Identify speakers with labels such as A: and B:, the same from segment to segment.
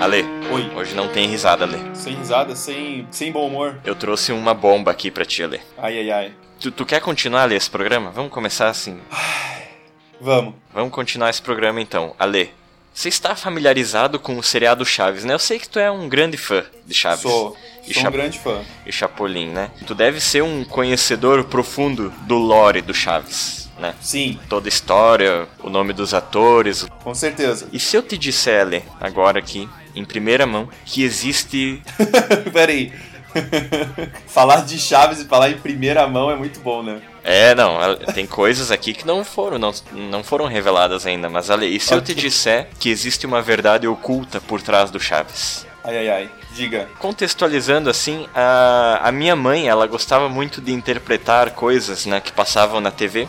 A: Ale,
B: Oi.
A: hoje não tem risada, Ale.
B: Sem risada, sem, sem bom humor.
A: Eu trouxe uma bomba aqui pra ti, Ale.
B: Ai, ai, ai.
A: Tu, tu quer continuar, Ale, esse programa? Vamos começar assim.
B: Vamos.
A: Vamos continuar esse programa então. Ale, você está familiarizado com o seriado Chaves, né? Eu sei que tu é um grande fã de Chaves.
B: Sou.
A: Ah, E,
B: Sou
A: Cha-
B: um grande fã.
A: e Chapolin, né? Tu deve ser um conhecedor profundo do lore do Chaves, né?
B: Sim,
A: Toda a história, o nome dos atores.
B: com certeza.
A: E se eu te disser, Ale, agora aqui, em primeira mão, que existe
B: Peraí. falar de Chaves e falar em primeira mão é muito bom, né?
A: É, não, ela- tem coisas aqui que não foram, não, não foram reveladas ainda, mas Ale, e se eu te
B: Ok.
A: disser que existe uma verdade oculta por trás do Chaves?
B: Ai, ai, ai. Diga.
A: Contextualizando assim, a, a minha mãe, ela gostava muito de interpretar coisas, né, que passavam na TV.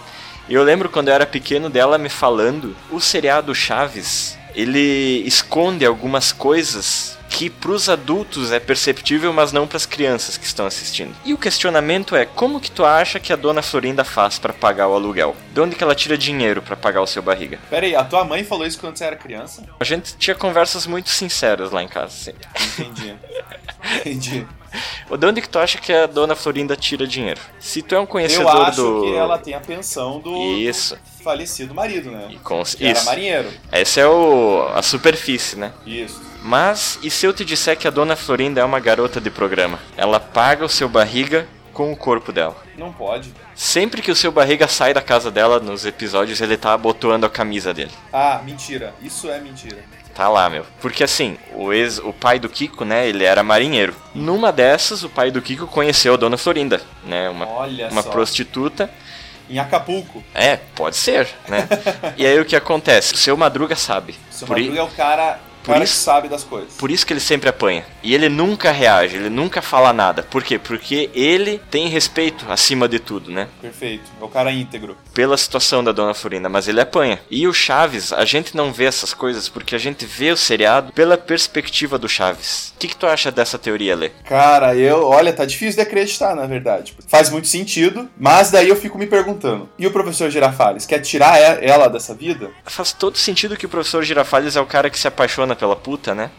A: E eu lembro quando eu era pequeno dela me falando, o seriado Chaves, ele esconde algumas coisas que pros adultos é perceptível, mas não pras crianças que estão assistindo. E o questionamento é, como que tu acha que a dona Florinda faz pra pagar o aluguel? De onde que ela tira dinheiro pra pagar o seu barriga?
B: Peraí, a tua mãe falou isso quando você era criança?
A: A gente tinha conversas muito sinceras lá em casa, assim. sempre.
B: Entendi. Entendi.
A: Ô, De onde que tu acha que a dona Florinda tira dinheiro? Se tu é um
B: Eu
A: conhecedor
B: acho
A: do.
B: que ela tem a pensão do,
A: Isso.
B: do falecido marido,
A: E
B: né?
A: com-
B: Que era
A: Isso.
B: marinheiro.
A: Essa é o... a superfície, né?
B: Isso.
A: Mas, e se eu te disser que a dona Florinda é uma garota de programa? Ela paga o seu barriga com o corpo dela.
B: Não pode.
A: Sempre que o seu barriga sai da casa dela nos episódios, ele tá abotoando a camisa dele.
B: Ah, mentira. Isso é mentira.
A: Tá lá, meu. Porque assim, o ex, o pai do Kiko, né, ele era marinheiro. Numa dessas, o pai do Kiko conheceu a dona Florinda, né, uma,
B: Olha
A: uma
B: só.
A: prostituta.
B: Em Acapulco.
A: É, pode ser, né? e aí o que acontece? O seu Madruga sabe.
B: Seu
A: Por, i-
B: Madruga é o cara,
A: por
B: cara
A: isso-
B: que sabe das coisas.
A: por isso que ele sempre apanha. E ele nunca reage, ele nunca fala nada. Por quê? Porque ele tem respeito acima de tudo, né?
B: Perfeito. É o cara íntegro.
A: Pela situação da Dona Florinda, mas ele apanha. E o Chaves, a gente não vê essas coisas porque a gente vê o seriado pela perspectiva do Chaves. O que, que tu acha dessa teoria, Lê?
B: Cara, eu. Olha, tá difícil de acreditar, na verdade. Faz muito sentido, mas daí eu fico me perguntando. E o professor Girafales? Quer tirar e- ela dessa vida?
A: Faz todo sentido que o professor Girafales é o cara que se apaixona pela puta, né?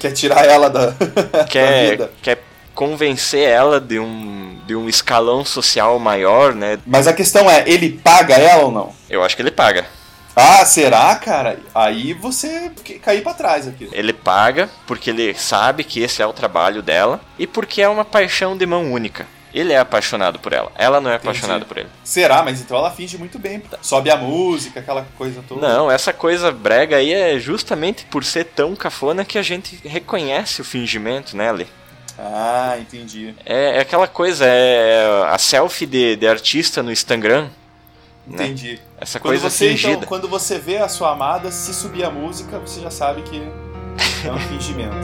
B: Quer tirar ela da, da
A: Quer,
B: vida?
A: quer convencer ela de um, de um escalão social maior, né?
B: Mas a questão é, ele paga ela ou não?
A: Eu acho que ele paga.
B: Ah, será, cara? Aí você que- caiu pra trás aqui.
A: Ele paga porque ele sabe que esse é o trabalho dela e porque é uma paixão de mão única. Ele é apaixonado por ela, ela não é apaixonada por ele.
B: Será, mas então ela finge muito bem. Sobe a música, aquela coisa toda.
A: Não, essa coisa brega aí é justamente por ser tão cafona que a gente reconhece o fingimento, né, Lê?
B: Ah, entendi.
A: É, é aquela coisa, é a selfie de, de artista no Instagram, Né?
B: Entendi.
A: essa
B: Quando
A: coisa
B: você, então,
A: fingida.
B: quando você vê a sua amada, se subir a música, você já sabe que é um fingimento.